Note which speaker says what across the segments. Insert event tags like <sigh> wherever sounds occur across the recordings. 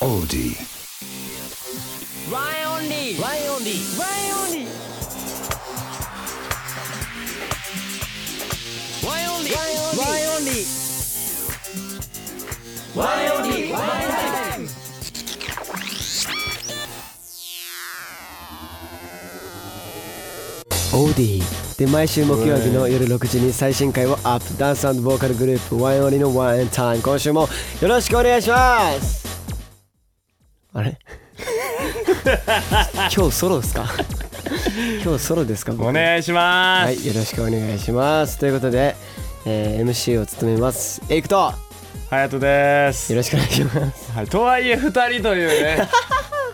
Speaker 1: オーディ
Speaker 2: ワンオンリーワンオンリーワンオンリーワンオンリーワンオンリーワンオンリーワンオンリーワンタイム
Speaker 3: オーディで毎週木曜日の夜6時に最新回をアップダンスボーカルグループワイオリのワンタイム今週もよろしくお願いしますあれ今日ソロですか今日ソロですか僕
Speaker 4: お願いしま
Speaker 3: は
Speaker 4: す
Speaker 3: いよろしくお願いしますということで、えー MC を務めますエイクト
Speaker 4: ハヤトです
Speaker 3: よろしくお願いします
Speaker 4: はい、とはいえ二人という <laughs> ね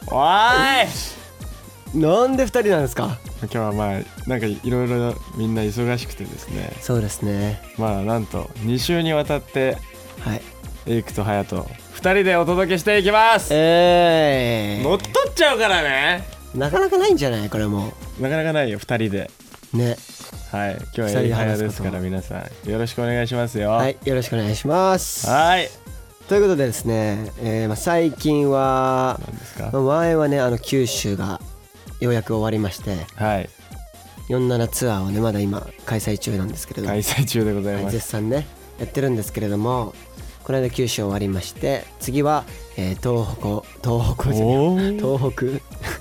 Speaker 4: おーい
Speaker 3: なんで2人なんですか
Speaker 4: 今日はまあなんかいろいろみんな忙しくてですね
Speaker 3: そうですね
Speaker 4: まあなんと2週にわたって
Speaker 3: はい
Speaker 4: エイクとハヤト二人でお届けしていきます
Speaker 3: え
Speaker 4: 乗っ取っちゃうからね
Speaker 3: ー、なかなかないんじゃないこれも
Speaker 4: なかなかないよ二人で
Speaker 3: うね
Speaker 4: はい今日
Speaker 3: 二人
Speaker 4: はエイ
Speaker 3: で
Speaker 4: クハ
Speaker 3: 話す
Speaker 4: ヤ
Speaker 3: こと
Speaker 4: ですから皆さんよろしくお願いしますよ
Speaker 3: はいよろしくお願いします
Speaker 4: はい
Speaker 3: ということでですね、えーまあ、最近は
Speaker 4: 何です
Speaker 3: まあ
Speaker 4: か
Speaker 3: 前はねあの九州がようやく終わりまして
Speaker 4: はい
Speaker 3: 47ツアーをねまだ今開催中なんですけれども、
Speaker 4: 開催中でござい
Speaker 3: はい
Speaker 4: ます
Speaker 3: 絶賛ねやってるんですけれどもこの間九州終わりまして次は、えー東北東北じゃね
Speaker 4: お
Speaker 3: え
Speaker 4: ー
Speaker 3: 東北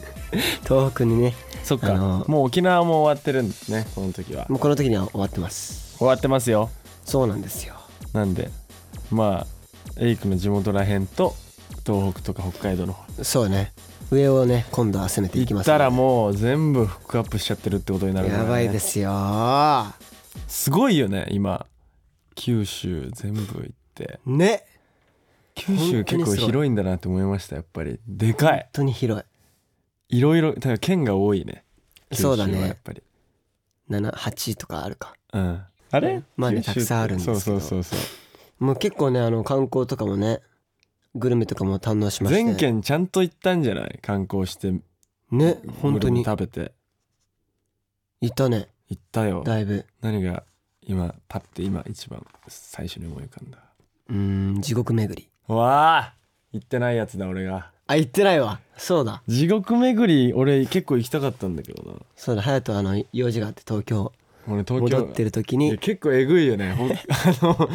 Speaker 3: 東北 <laughs> にね
Speaker 4: そっ
Speaker 3: あ
Speaker 4: か
Speaker 3: の
Speaker 4: もう沖縄も終わってるんですねこの時は
Speaker 3: もうこの時には終わってます
Speaker 4: 終わってますよ
Speaker 3: そうなんですよ
Speaker 4: なんでまあエイクの地元らへんと東北とか北海道の方
Speaker 3: そうね上をね今度は攻めていき
Speaker 4: 行
Speaker 3: ま
Speaker 4: っ
Speaker 3: すね、
Speaker 4: たらもう全部フックアップしちゃってるってことになるから
Speaker 3: や
Speaker 4: ね
Speaker 3: ばいですよー
Speaker 4: すごいよね今九州全部行って
Speaker 3: ね
Speaker 4: 九
Speaker 3: 本
Speaker 4: 州
Speaker 3: 当に
Speaker 4: 結
Speaker 3: すご
Speaker 4: 構
Speaker 3: い
Speaker 4: 広いんだなって思いましたやっぱりでか
Speaker 3: 本
Speaker 4: い
Speaker 3: 当に広い
Speaker 4: いろいろだから県が多いね九州
Speaker 3: そう
Speaker 4: は
Speaker 3: だね
Speaker 4: やっぱり
Speaker 3: 78とかあるか
Speaker 4: うんあれ
Speaker 3: まあね
Speaker 4: 九州って
Speaker 3: たくさんあるんですけど
Speaker 4: そうそうそうそう
Speaker 3: もう結構ねあの観光とかもねグルメとかも堪能しまして
Speaker 4: 全県ちゃんと行ったんじゃない観光して
Speaker 3: ね本当
Speaker 4: グルメ
Speaker 3: に
Speaker 4: 食べて
Speaker 3: いたね
Speaker 4: 行ったよ
Speaker 3: だいぶ
Speaker 4: 何が今パッて今一番最初に思い浮かんだ
Speaker 3: うーん地獄巡り
Speaker 4: わあ行ってないやつだ俺が
Speaker 3: あ行ってないわそうだ
Speaker 4: 地獄巡り俺結構行きたかったんだけどな
Speaker 3: そうだ隼人あの用事があって東京
Speaker 4: 俺東京
Speaker 3: 戻ってる時
Speaker 4: いや
Speaker 3: に
Speaker 4: 結構えぐいよねほん <laughs> あの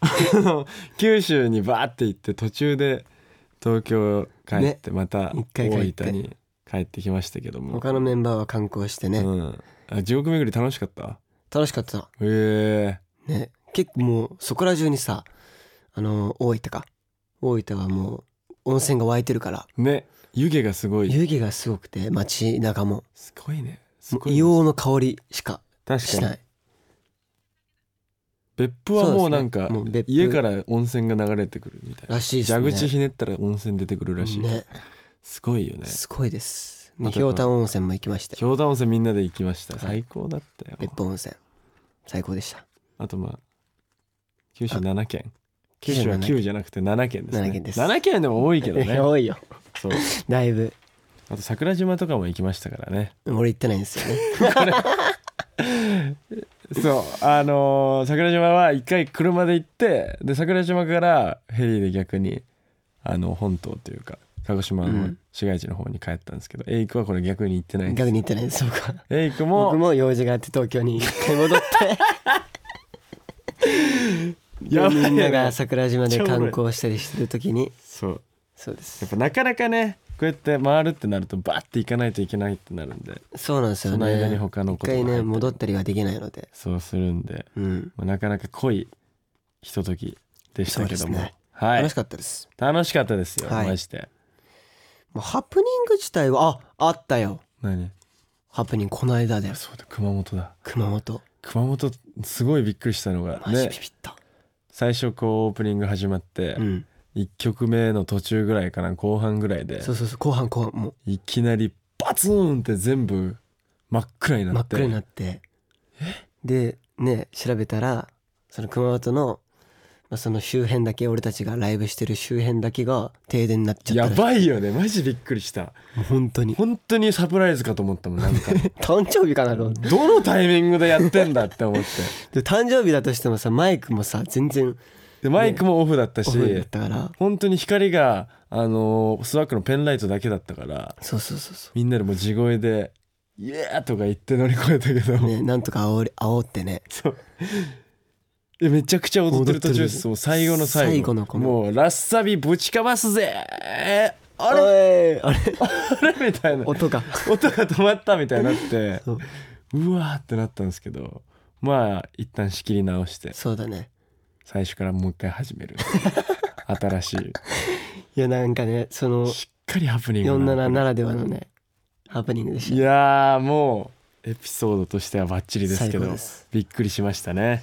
Speaker 4: あの九州にバーって行って途中で東京帰ってまた
Speaker 3: 一
Speaker 4: 大
Speaker 3: 回帰っ
Speaker 4: 分
Speaker 3: て
Speaker 4: に帰ってきましたけども
Speaker 3: 他のメンバーは観光してね、
Speaker 4: うんあ地獄巡り楽しかった
Speaker 3: 楽しかった
Speaker 4: へえ
Speaker 3: ね結構もうそこら中にさあの大分か大分はもう温泉が湧いてるから
Speaker 4: ね湯気がすごい
Speaker 3: 湯気がすごくて街中も
Speaker 4: すごいねす
Speaker 3: もう
Speaker 4: ごいね
Speaker 3: 硫黄の香りしか
Speaker 4: 確
Speaker 3: し
Speaker 4: かに
Speaker 3: ない
Speaker 4: 別府はもう
Speaker 3: そうですね
Speaker 4: なんか
Speaker 3: もう別府
Speaker 4: 家から温泉が流れてくるみたいな
Speaker 3: らしいですね
Speaker 4: 蛇口ひねったら温泉出てくるらしい
Speaker 3: ね
Speaker 4: すごいよね
Speaker 3: すごいです。
Speaker 4: ま
Speaker 3: ね
Speaker 4: あ
Speaker 3: ひょうたん温泉も行きましたよ。
Speaker 4: 京田温泉みんなで行きました
Speaker 3: い
Speaker 4: 最高だったよ
Speaker 3: 別府温泉。最高でした。
Speaker 4: あとまあ九州7県九州は
Speaker 3: 97
Speaker 4: 9じゃなくて7県ですね
Speaker 3: 7県です
Speaker 4: 7県でも多いけど
Speaker 3: <laughs>
Speaker 4: ね
Speaker 3: 多
Speaker 4: <laughs>
Speaker 3: いよ。
Speaker 4: そう
Speaker 3: だいぶ。
Speaker 4: あと桜島とかも行きましたからね
Speaker 3: 俺行ってないん
Speaker 4: <laughs>
Speaker 3: ですよね。
Speaker 4: そうあのー桜島は一回車で行ってで桜島からヘリで逆にあの本島というか鹿児島
Speaker 3: う
Speaker 4: の
Speaker 3: ん
Speaker 4: 市街地の方に帰ったんですけど、エイクはこれ逆に行ってないです
Speaker 3: 逆に行ってないんです。僕は。
Speaker 4: エイク
Speaker 3: 僕
Speaker 4: も
Speaker 3: も用事があって東京に一回戻って。
Speaker 4: <laughs> やばいよね
Speaker 3: みんなが桜島で観光したりしてる時に。
Speaker 4: そう
Speaker 3: そうです
Speaker 4: やっ。ぱなかなかねこうやって回るってなるとバッて行かないといけないってなるんで
Speaker 3: そうなんですよ
Speaker 4: その
Speaker 3: ね。
Speaker 4: 間に他の
Speaker 3: 一
Speaker 4: ことが入
Speaker 3: 回
Speaker 4: っ
Speaker 3: ね、
Speaker 4: て
Speaker 3: 戻ったりはできないので。
Speaker 4: そうするんで、
Speaker 3: うん。
Speaker 4: まあなかなか濃いひとときでしたけど
Speaker 3: そうで
Speaker 4: も、
Speaker 3: すね
Speaker 4: は
Speaker 3: 楽
Speaker 4: い楽
Speaker 3: しかったです。
Speaker 4: しかったですよ、
Speaker 3: はい
Speaker 4: マジで
Speaker 3: もうハプニング自体は、あ、あったよ。
Speaker 4: 何
Speaker 3: ハプニングこの間で。
Speaker 4: そうだ熊本だ
Speaker 3: 熊本。
Speaker 4: 熊本すごいびっくりしたのが
Speaker 3: マジ
Speaker 4: ね
Speaker 3: ビビった。
Speaker 4: 最初こうオープニング始まって、
Speaker 3: うん。
Speaker 4: 1曲目の途中ぐらいかな後半ぐらいで
Speaker 3: そうそうそう。後半後半も
Speaker 4: いきなりバツンって全部真っ暗に
Speaker 3: う
Speaker 4: な
Speaker 3: 真
Speaker 4: っ
Speaker 3: って暗になって。で、ね、調べたら、その熊本の、まあ、その周辺だけ、俺たちがライブしてる周辺だけが停電になっちゃ
Speaker 4: や
Speaker 3: ったらしい。
Speaker 4: ばいよねマジびっくりした
Speaker 3: もう本当に。
Speaker 4: 本当にサプライズかと思ったもんなんか <laughs>
Speaker 3: 誕生日かなと思って。
Speaker 4: どのタイミングでやってんだって思って
Speaker 3: で誕生日だとしてもさ、マイクもさ、全然
Speaker 4: でマイクもオフだった
Speaker 3: オ
Speaker 4: し、
Speaker 3: フだったから
Speaker 4: 本当に光があのースワックのペンライトだけだったから
Speaker 3: そうそうそうそ
Speaker 4: みんなでもう地声で「イエー!」とか言って乗り越えたけど、
Speaker 3: う、ね、なんとか煽り煽ってね
Speaker 4: えめちゃくちゃ踊ってる途中ですもう最後の最後
Speaker 3: 最後のこの
Speaker 4: もうラッサビぶちかますぜ
Speaker 3: <laughs>
Speaker 4: ーあれ
Speaker 3: れあれ
Speaker 4: あれみたいな
Speaker 3: 音が
Speaker 4: 音が止まったみたいになって
Speaker 3: そう
Speaker 4: うわーってなったんですけどまあ一旦仕切り直して
Speaker 3: そうだね
Speaker 4: 最初からもう一回始
Speaker 3: <laughs>
Speaker 4: める新しい
Speaker 3: いやなんかねその
Speaker 4: しっかりハプニングな
Speaker 3: 47ならではのねハプニングでし
Speaker 4: いやーもうエピソードとしてはバッチリですけ
Speaker 3: 最
Speaker 4: ど
Speaker 3: 高です
Speaker 4: びっくりしましたね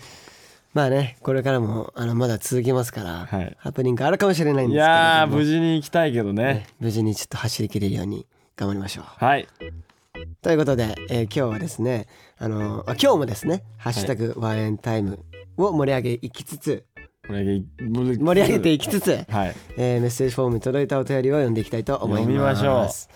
Speaker 3: たまあねこれからもあのまだ続きますから、
Speaker 4: はい
Speaker 3: ハプニングあるかもしれないん
Speaker 4: い
Speaker 3: ですけれども
Speaker 4: やー無事に行きたいけどね
Speaker 3: ね無事にちょっと走り切れるように頑張りましょう
Speaker 4: はい
Speaker 3: ということで、えー今日はですねあのあ今日もですね「ハッシュタグワンエンタイム」を盛り上げいきつつ
Speaker 4: 盛り
Speaker 3: 盛り上げて
Speaker 4: い
Speaker 3: いきつつ、
Speaker 4: はい
Speaker 3: えーメッセージフォームに届いたお便りを読んでいきたいと思います
Speaker 4: 読みまし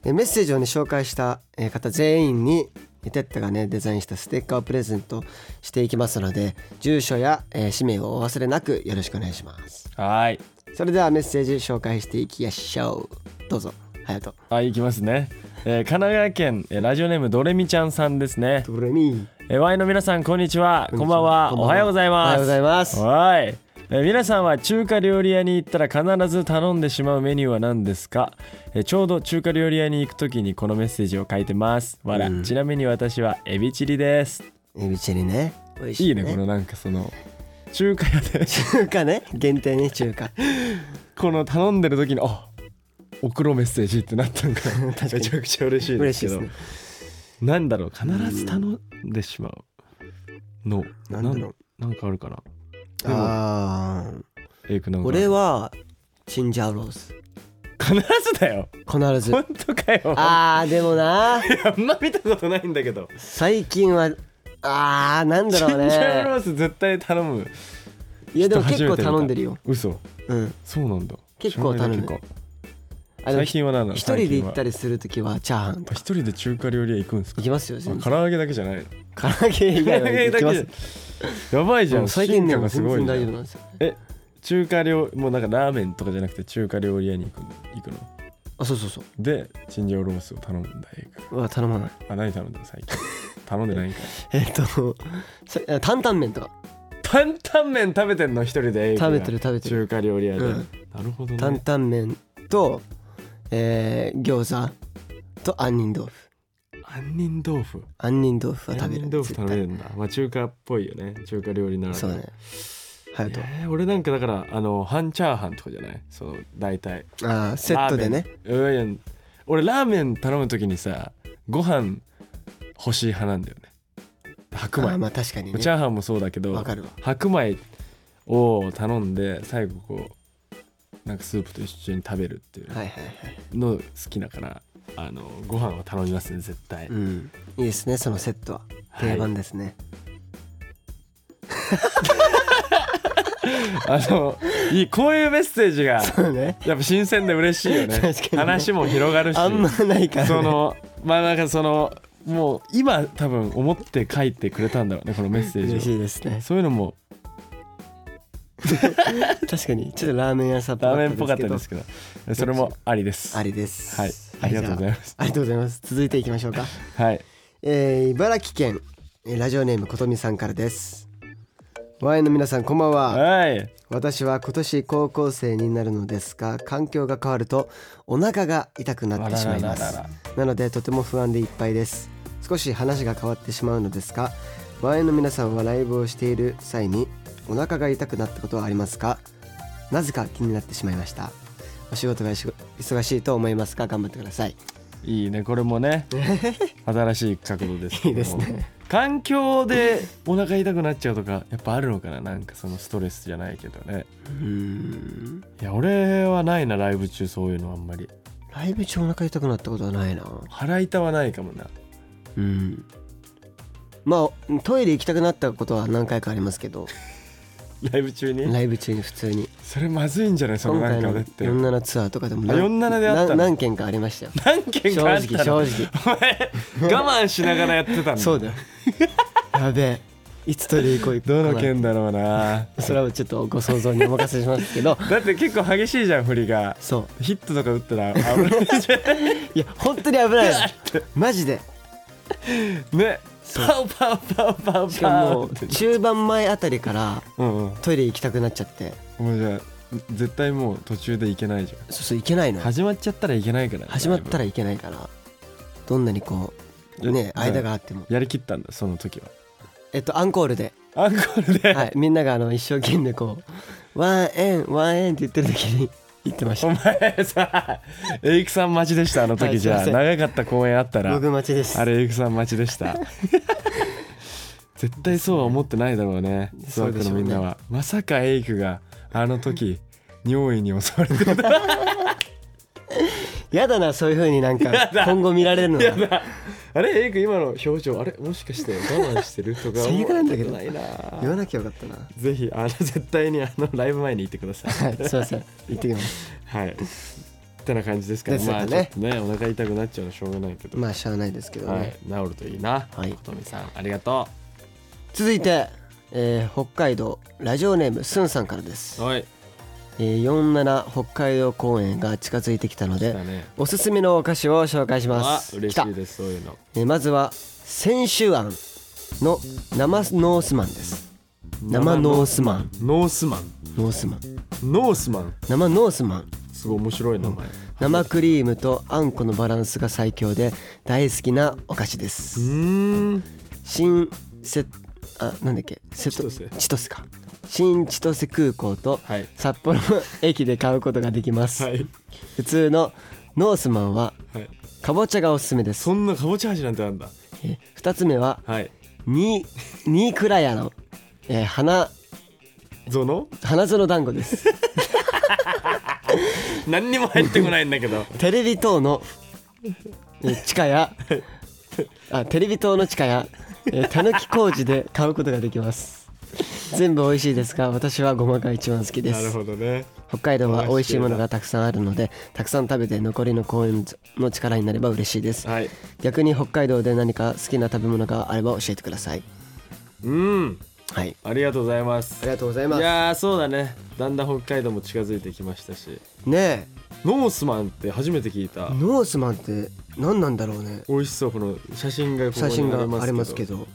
Speaker 4: ょ
Speaker 3: でメッセージをね紹介したえー方全員にテッタがねデザインしたステッカーをプレゼントしていきますので住所や、えー氏名をお忘れなくよろしくお願いします
Speaker 4: はい
Speaker 3: それではメッセージ紹介していきましょうどうぞ隼人
Speaker 4: はい、いきますね。えー神奈川県、えーラジオネームドレミちゃんさんですね。
Speaker 3: ドレミ
Speaker 4: えー、ワイの皆さん、こんにちは。こんばんは。おはようござい
Speaker 3: お
Speaker 4: ます。
Speaker 3: はようございます
Speaker 4: はい。えー皆さんは中華料理屋に行ったら必ず頼んでしまうメニューは何ですか、えーちょうど中華料理屋に行くときにこのメッセージを書いてます。わら、ちなみに私はエビチリです。
Speaker 3: エビチリね美味しい
Speaker 4: いいね、このなんかその、中華屋で
Speaker 3: 中華ね限定ね中華
Speaker 4: この頼んでる時に、あ送ろうメッセージってなったんか
Speaker 3: かに
Speaker 4: めちゃくちゃ嬉しいで
Speaker 3: 嬉
Speaker 4: す
Speaker 3: しい
Speaker 4: け
Speaker 3: で
Speaker 4: ど
Speaker 3: すね
Speaker 4: なんだろう必ず頼んでしまうの
Speaker 3: なんだろう
Speaker 4: なんなんかあるかなでも
Speaker 3: あー
Speaker 4: エイクなんか
Speaker 3: 俺はチンジャオロース
Speaker 4: 必ずだよ
Speaker 3: 必ず
Speaker 4: 本当かよ
Speaker 3: あーでもな
Speaker 4: あんま見たことないんだけど
Speaker 3: 最近はあーなんだ
Speaker 4: チンジ
Speaker 3: ろう
Speaker 4: ャオロ
Speaker 3: ね
Speaker 4: ース絶対頼む
Speaker 3: いやでも
Speaker 4: ちょっと初
Speaker 3: 結
Speaker 4: め
Speaker 3: 構
Speaker 4: て見た
Speaker 3: 頼んでるよ
Speaker 4: 嘘
Speaker 3: うん
Speaker 4: そうなんだ
Speaker 3: 結構頼む
Speaker 4: 知らないだけか
Speaker 3: あでも
Speaker 4: 最近は何なの
Speaker 3: 一人で行った
Speaker 4: り
Speaker 3: りするときはチャーハンと
Speaker 4: 一
Speaker 3: か
Speaker 4: 人で中華料理屋行くんですか
Speaker 3: 行きますよ全
Speaker 4: 唐
Speaker 3: 然
Speaker 4: 揚げだけじゃないの
Speaker 3: 唐揚げ以
Speaker 4: 唐
Speaker 3: 外
Speaker 4: 揚
Speaker 3: は
Speaker 4: げ
Speaker 3: 行き
Speaker 4: だけ
Speaker 3: ま
Speaker 4: じ
Speaker 3: す
Speaker 4: ゃやばいじゃ
Speaker 3: も
Speaker 4: ん
Speaker 3: う最近
Speaker 4: 進
Speaker 3: で
Speaker 4: 化
Speaker 3: も
Speaker 4: がす
Speaker 3: 全
Speaker 4: ごい
Speaker 3: 然
Speaker 4: じゃ
Speaker 3: 大丈夫
Speaker 4: ん
Speaker 3: なんですよね
Speaker 4: え中華料もうなんかラーメンとかじゃなくて中華料理屋に行くの行くの
Speaker 3: あそうそうそ
Speaker 4: でチンジャオロースを頼むんだエイク
Speaker 3: ううわ頼まない <laughs>
Speaker 4: あ何頼んだの最近頼んでないんかい
Speaker 3: えっとさあ担々麺とか
Speaker 4: 担々麺食べてんの一人でエイクが
Speaker 3: 食べてる食べてる
Speaker 4: 中華料理屋で、
Speaker 3: うん
Speaker 4: なるほど
Speaker 3: 担
Speaker 4: ね
Speaker 3: 々麺と、えー、餃子と杏仁豆腐
Speaker 4: 杏仁豆腐
Speaker 3: 杏仁豆腐は食
Speaker 4: 杏
Speaker 3: べる
Speaker 4: 仁豆腐
Speaker 3: 絶対
Speaker 4: 食べれるんだまあ中華っぽいよね中華料理なら
Speaker 3: そうだね隼人
Speaker 4: えー俺なんかだからあの半チャーハンとかじゃないその大体
Speaker 3: ああセットでね
Speaker 4: ラーメンうん俺ラーメン頼む時にさご飯欲しい派なんだよね白
Speaker 3: あ
Speaker 4: 米
Speaker 3: ーまあ確かにね
Speaker 4: チャーハンもそうだけど
Speaker 3: わかるわ
Speaker 4: 白米を頼んで最後こうなんかスープと一緒に食べるっていう
Speaker 3: はいはいはい
Speaker 4: の好きだから、あのご飯を頼みますね絶対、
Speaker 3: うんいいですねそのセットは
Speaker 4: はい
Speaker 3: 定番ですね、 <laughs>
Speaker 4: あのいいこういうメッセージが
Speaker 3: そうね
Speaker 4: やっぱ新鮮で嬉しいよ
Speaker 3: <laughs>
Speaker 4: ね
Speaker 3: 確かにね
Speaker 4: 話も広がるし
Speaker 3: あんまないから、ね、
Speaker 4: そのまあなんかそのもう今多分思って書いてくれたんだろうねこのメッセー
Speaker 3: 嬉
Speaker 4: ジ
Speaker 3: しいです
Speaker 4: を
Speaker 3: ね
Speaker 4: そういうのも
Speaker 3: 確かにちょっとラーメン屋さん
Speaker 4: ラーメンっぽかった
Speaker 3: で
Speaker 4: ですすけどそれもありです
Speaker 3: けどありです
Speaker 4: はいありがとうございます
Speaker 3: じゃあありがとうございます続いていきましょうか
Speaker 4: はい
Speaker 3: えー、茨城県えーラジオネームことみさんからですワインの皆さんこんばんは
Speaker 4: はい
Speaker 3: 私は今年高校生になるのですが環境が変わるとお腹が痛くなってしまいま
Speaker 4: あら
Speaker 3: す
Speaker 4: ららら
Speaker 3: なのでとても不安でいっぱいです少し話が変わってしまうのですがワインの皆さんはライブをしている際にお腹が痛くなったことはありますかなぜか気になってしまいましたお仕事が忙忙しいと思いますが頑張ってください
Speaker 4: いいねこれ
Speaker 3: <laughs>
Speaker 4: もね新しい角度ですけど
Speaker 3: いいですね
Speaker 4: 環境でお腹痛くなっちゃうとかやっぱあるのかななんかそのストレスじゃないけどね
Speaker 3: うん
Speaker 4: いや俺はないなライブ中そういうのあんまり
Speaker 3: ライブ中お腹痛くなったことはないな
Speaker 4: 腹痛はないかもな
Speaker 3: うんまあトイレ行きたくなったことは何回かありますけど
Speaker 4: ライブ中に
Speaker 3: ライブ中に普通に
Speaker 4: それまずいんじゃないその
Speaker 3: 今
Speaker 4: な
Speaker 3: 回
Speaker 4: んか
Speaker 3: の
Speaker 4: だって何
Speaker 3: 47ツアーとかでも
Speaker 4: あ47であったの
Speaker 3: な何件かありましたよ
Speaker 4: 件
Speaker 3: 正
Speaker 4: かあった
Speaker 3: 直
Speaker 4: の
Speaker 3: 正直
Speaker 4: <laughs> お前我慢しながらやってたんだ
Speaker 3: そうだよやべえいつトイレ行こう行こう
Speaker 4: ど
Speaker 3: かな
Speaker 4: の県だろうな
Speaker 3: それはちょっとご想像にお任せしますけど
Speaker 4: だって結構激しいじゃん振りが
Speaker 3: そう
Speaker 4: ヒットとか打ったら危ないじゃ
Speaker 3: いや本当に危
Speaker 4: <laughs>
Speaker 3: ないマジで
Speaker 4: んねパオパオパオパオ
Speaker 3: しか
Speaker 4: パ
Speaker 3: も
Speaker 4: オ
Speaker 3: もう中盤前あたりから
Speaker 4: うんうん
Speaker 3: トイレ行きたくなっちゃって
Speaker 4: もうじゃあ絶対もう途中でいけないじゃ
Speaker 3: そうそう行けないの
Speaker 4: ん始まっちゃったらいけないから
Speaker 3: 始まった
Speaker 4: ら
Speaker 3: らいけないからどんなにこうね間があっても
Speaker 4: やりきったんだその時は
Speaker 3: えっとアンコール
Speaker 4: <laughs>
Speaker 3: で
Speaker 4: アンコールで、
Speaker 3: はいみんながあの一生懸命こうワンエンワンエンって言ってる時に <laughs> 言ってまし
Speaker 4: お
Speaker 3: た
Speaker 4: 前さエイクさん待ちでしたあの
Speaker 3: はい
Speaker 4: 時じゃあ
Speaker 3: すいま
Speaker 4: 長かった公演あったら
Speaker 3: 僕待ちです
Speaker 4: あれエイクさん待ちでした絶対そうは思ってないだろうねス
Speaker 3: そ
Speaker 4: ワ
Speaker 3: う
Speaker 4: ー
Speaker 3: で
Speaker 4: ク
Speaker 3: し
Speaker 4: の
Speaker 3: ょうね
Speaker 4: みんなは、まさかエイクがあの時尿意に襲わ
Speaker 3: <laughs>
Speaker 4: れてた
Speaker 3: やだなそういう風になんか
Speaker 4: だ
Speaker 3: 今後見られるのは
Speaker 4: あれエイク今の表情あれもしかして我慢してるとか
Speaker 3: 最悪なんだけど
Speaker 4: 思ったことない
Speaker 3: 言
Speaker 4: な
Speaker 3: わなきゃよかったな
Speaker 4: ぜひあの <laughs> 絶対にあのライブ前に行ってくださ
Speaker 3: は
Speaker 4: い
Speaker 3: いすいません行ってきます
Speaker 4: はい。ってな感じですから、
Speaker 3: ですよ
Speaker 4: ま
Speaker 3: ね
Speaker 4: あちょっとね、お腹痛くなっちゃうのしょうがないけど。
Speaker 3: まあしゃあないですけどね、
Speaker 4: はい、治るといいな。
Speaker 3: はい
Speaker 4: ことみさん、ありがと
Speaker 3: 続いて、えー北海道ラジオネームすんさんからです
Speaker 4: う。、はい。
Speaker 3: えー、47北海道公演が近づいてきたので
Speaker 4: だね。
Speaker 3: おすすめのお菓子を紹介しま
Speaker 4: あ、
Speaker 3: す
Speaker 4: 嬉
Speaker 3: 来た
Speaker 4: しいです。そういうの。
Speaker 3: えーまずは泉州庵の生ノースマンです生ノースマン
Speaker 4: ノースマン。
Speaker 3: ノースマン
Speaker 4: ノースマン。
Speaker 3: 生ノースマン
Speaker 4: すごい面白い名前。
Speaker 3: 生クリームとあんこのバランスが最強で大好きなお菓子で
Speaker 4: う
Speaker 3: す
Speaker 4: ーん。
Speaker 3: 新セあなんだっけセ
Speaker 4: 千歳
Speaker 3: 千歳か新千歳空港と
Speaker 4: はい
Speaker 3: 札幌の駅で買うことができます、
Speaker 4: はい。
Speaker 3: 普通のノースマンは
Speaker 4: はい。
Speaker 3: かぼちゃがおすすめです
Speaker 4: そんなかぼちゃ味なんてあんだ。
Speaker 3: え2つ目は
Speaker 4: はい。
Speaker 3: にニークラヤの、えー花
Speaker 4: ゾノ。
Speaker 3: 花園団子です
Speaker 4: 何にも入ってこないんだけど。
Speaker 3: テレビ塔の、え
Speaker 4: <laughs>
Speaker 3: ー地下やあテレビ塔の地下や、えー、たぬき工事で買うことができます全部美味しいですが私はごまが一番好き <laughs> で
Speaker 4: なる
Speaker 3: す
Speaker 4: ほどね。
Speaker 3: 北海道は美味しいものがたくさんあるのでたくさん食べて残りの公園の力になれば嬉しいです
Speaker 4: はい。
Speaker 3: 逆に北海道で何か好きな食べ物があれば教えてください
Speaker 4: うん。
Speaker 3: はい
Speaker 4: ありがとうございます。
Speaker 3: ありがとうござい
Speaker 4: い
Speaker 3: ま
Speaker 4: やー、そうだね。だんだん北海道も近づいてきましたし。
Speaker 3: すね
Speaker 4: ノースマンって初めて聞いた
Speaker 3: えノースマンって何なんだろうね
Speaker 4: 美味しそうこの写真がここ
Speaker 3: 写真
Speaker 4: に
Speaker 3: が
Speaker 4: あ
Speaker 3: あ
Speaker 4: り
Speaker 3: り
Speaker 4: ま
Speaker 3: ますす
Speaker 4: け
Speaker 3: け
Speaker 4: ど
Speaker 3: ど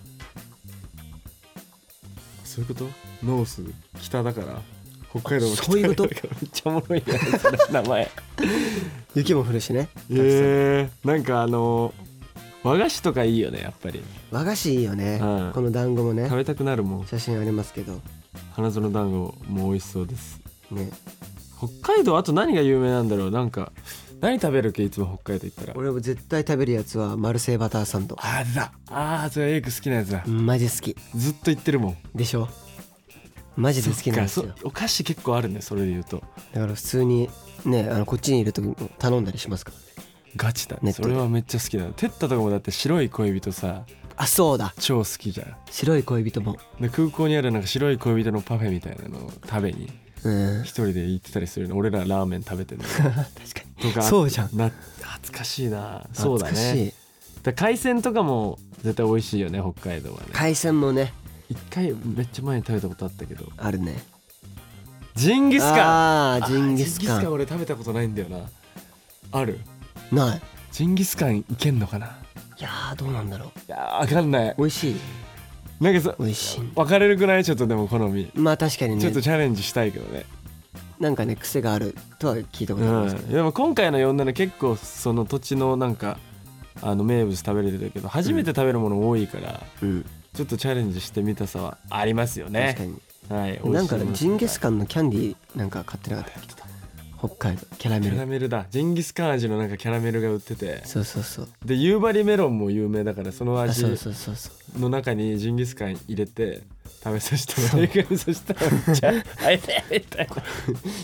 Speaker 4: そういうことノース北だから北海道の北
Speaker 3: そういうこと
Speaker 4: だからめっちゃおもろいやんその名前
Speaker 3: 雪も降るしね
Speaker 4: <laughs> えー、なんかあの和菓子とかいいよねやっぱり
Speaker 3: 和菓子いいよね
Speaker 4: うん
Speaker 3: この団子もね
Speaker 4: 食べたくなるもん
Speaker 3: 写真ありますけど
Speaker 4: 花園団子も美味しそうです
Speaker 3: ね
Speaker 4: 北海道あと何が有名なんだろうなんか何食べるっけいつも北海道行ったら
Speaker 3: 俺も絶対食べるやつはマルセイバターサンド
Speaker 4: あれだあーそれエイク好きなやつだ
Speaker 3: うんマジ好き
Speaker 4: ずっと言ってるもん
Speaker 3: でしょマジで好きなんです
Speaker 4: そっ
Speaker 3: よ
Speaker 4: かそお菓子結構あるねそれで言うと
Speaker 3: だから普通にねあのこっちにいる時も頼んだりしますからね
Speaker 4: ガチだ
Speaker 3: ネ
Speaker 4: ね
Speaker 3: ット
Speaker 4: そ
Speaker 3: で
Speaker 4: れはめっちゃ好きだテッタとかもだって白い恋人さ
Speaker 3: あそうだ
Speaker 4: 超好きじゃん
Speaker 3: 白い恋人も
Speaker 4: で空港にあるなんか白い恋人のパフェみたいなのを食べに
Speaker 3: うん
Speaker 4: 一人で行ってたりするの俺らラーメン食べてる
Speaker 3: <laughs>
Speaker 4: の
Speaker 3: 確か
Speaker 4: とか
Speaker 3: そうじゃん
Speaker 4: な懐かしいなそうだ
Speaker 3: 懐かしい
Speaker 4: ねだから海鮮とかも絶対美味しいよね北海道はね
Speaker 3: 海鮮もね
Speaker 4: 一回めっちゃ前に食べたことあったけど
Speaker 3: あるね
Speaker 4: ジンギスカン
Speaker 3: あージンギス
Speaker 4: あ
Speaker 3: カ
Speaker 4: ー
Speaker 3: ン
Speaker 4: 俺食べたことないんだよなある
Speaker 3: ない
Speaker 4: ジンギスカンいけんのかない
Speaker 3: やーどうなんだろう
Speaker 4: いやーわかんない
Speaker 3: 美味しい
Speaker 4: なんかさ
Speaker 3: 美味しい
Speaker 4: 分かれるくないちょっとでも好み
Speaker 3: まあ確かに
Speaker 4: ちょ
Speaker 3: ね
Speaker 4: っとチャレンジしたいけどね、
Speaker 3: なんかね癖があるとは聞いたことあり
Speaker 4: う
Speaker 3: ますけど、
Speaker 4: ん、でも今回の呼んだの結構その土地のなんかあの名物食べれてるけど初めて食べるもの多いから、
Speaker 3: うん
Speaker 4: ちょっとチャレンジしてみたさはありますよね
Speaker 3: 確かに
Speaker 4: はい
Speaker 3: なんかねジンギス
Speaker 4: カ
Speaker 3: カンのキャンディーなんか買ってなかったっけ北海道キャラ
Speaker 4: キ
Speaker 3: メ
Speaker 4: ャラ
Speaker 3: ル
Speaker 4: メルだジンギスカン味のなんかキャラメルが売ってて
Speaker 3: そうそうそう
Speaker 4: で夕張メロンも有名だからその
Speaker 3: あ
Speaker 4: 味
Speaker 3: そうそうそうそう
Speaker 4: の中にジンギスカン入れて <laughs> 食べさせてもらうそしたらめっ
Speaker 3: <laughs>
Speaker 4: ちゃ「あやべやべ」みたいな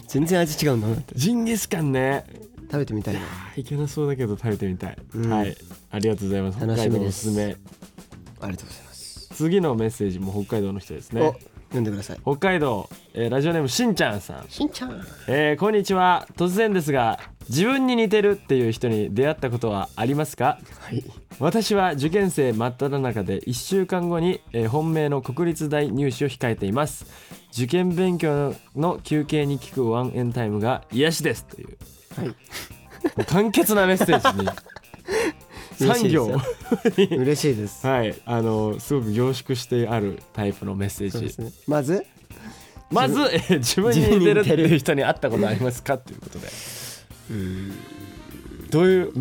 Speaker 3: 全然味違うんだなって
Speaker 4: ジンギスカンね
Speaker 3: 食べてみたいない
Speaker 4: けなそうだけど食べてみたい、
Speaker 3: うん
Speaker 4: はいありがとうございます
Speaker 3: 楽しみです
Speaker 4: 北海道のおすすめ
Speaker 3: ありがとうございます
Speaker 4: 次のメッセージも北海道の人ですね
Speaker 3: お読んでください
Speaker 4: 北海道、えーラジオネームしんちゃんさん、
Speaker 3: しんちゃん
Speaker 4: えーこんにちは突然ですが自分に似てるっていう人に出会ったことはありますか <laughs>
Speaker 3: はい
Speaker 4: 私は受験生真っ只中で1週間後に、えー本命の国立大入試を控えています受験勉強の休憩に聞くワンエンタイムが癒しですという、
Speaker 3: はい
Speaker 4: もう簡潔なメッセージに
Speaker 3: <laughs> 嬉しいで
Speaker 4: 3
Speaker 3: す
Speaker 4: 行
Speaker 3: よ嬉しいです
Speaker 4: はいあのすごく凝縮してあるタイプのメッセ
Speaker 3: そう
Speaker 4: ー
Speaker 3: で
Speaker 4: ジ
Speaker 3: すねまず
Speaker 4: まず、えー自分に似てるっていう人に会ったことありますかということでどういう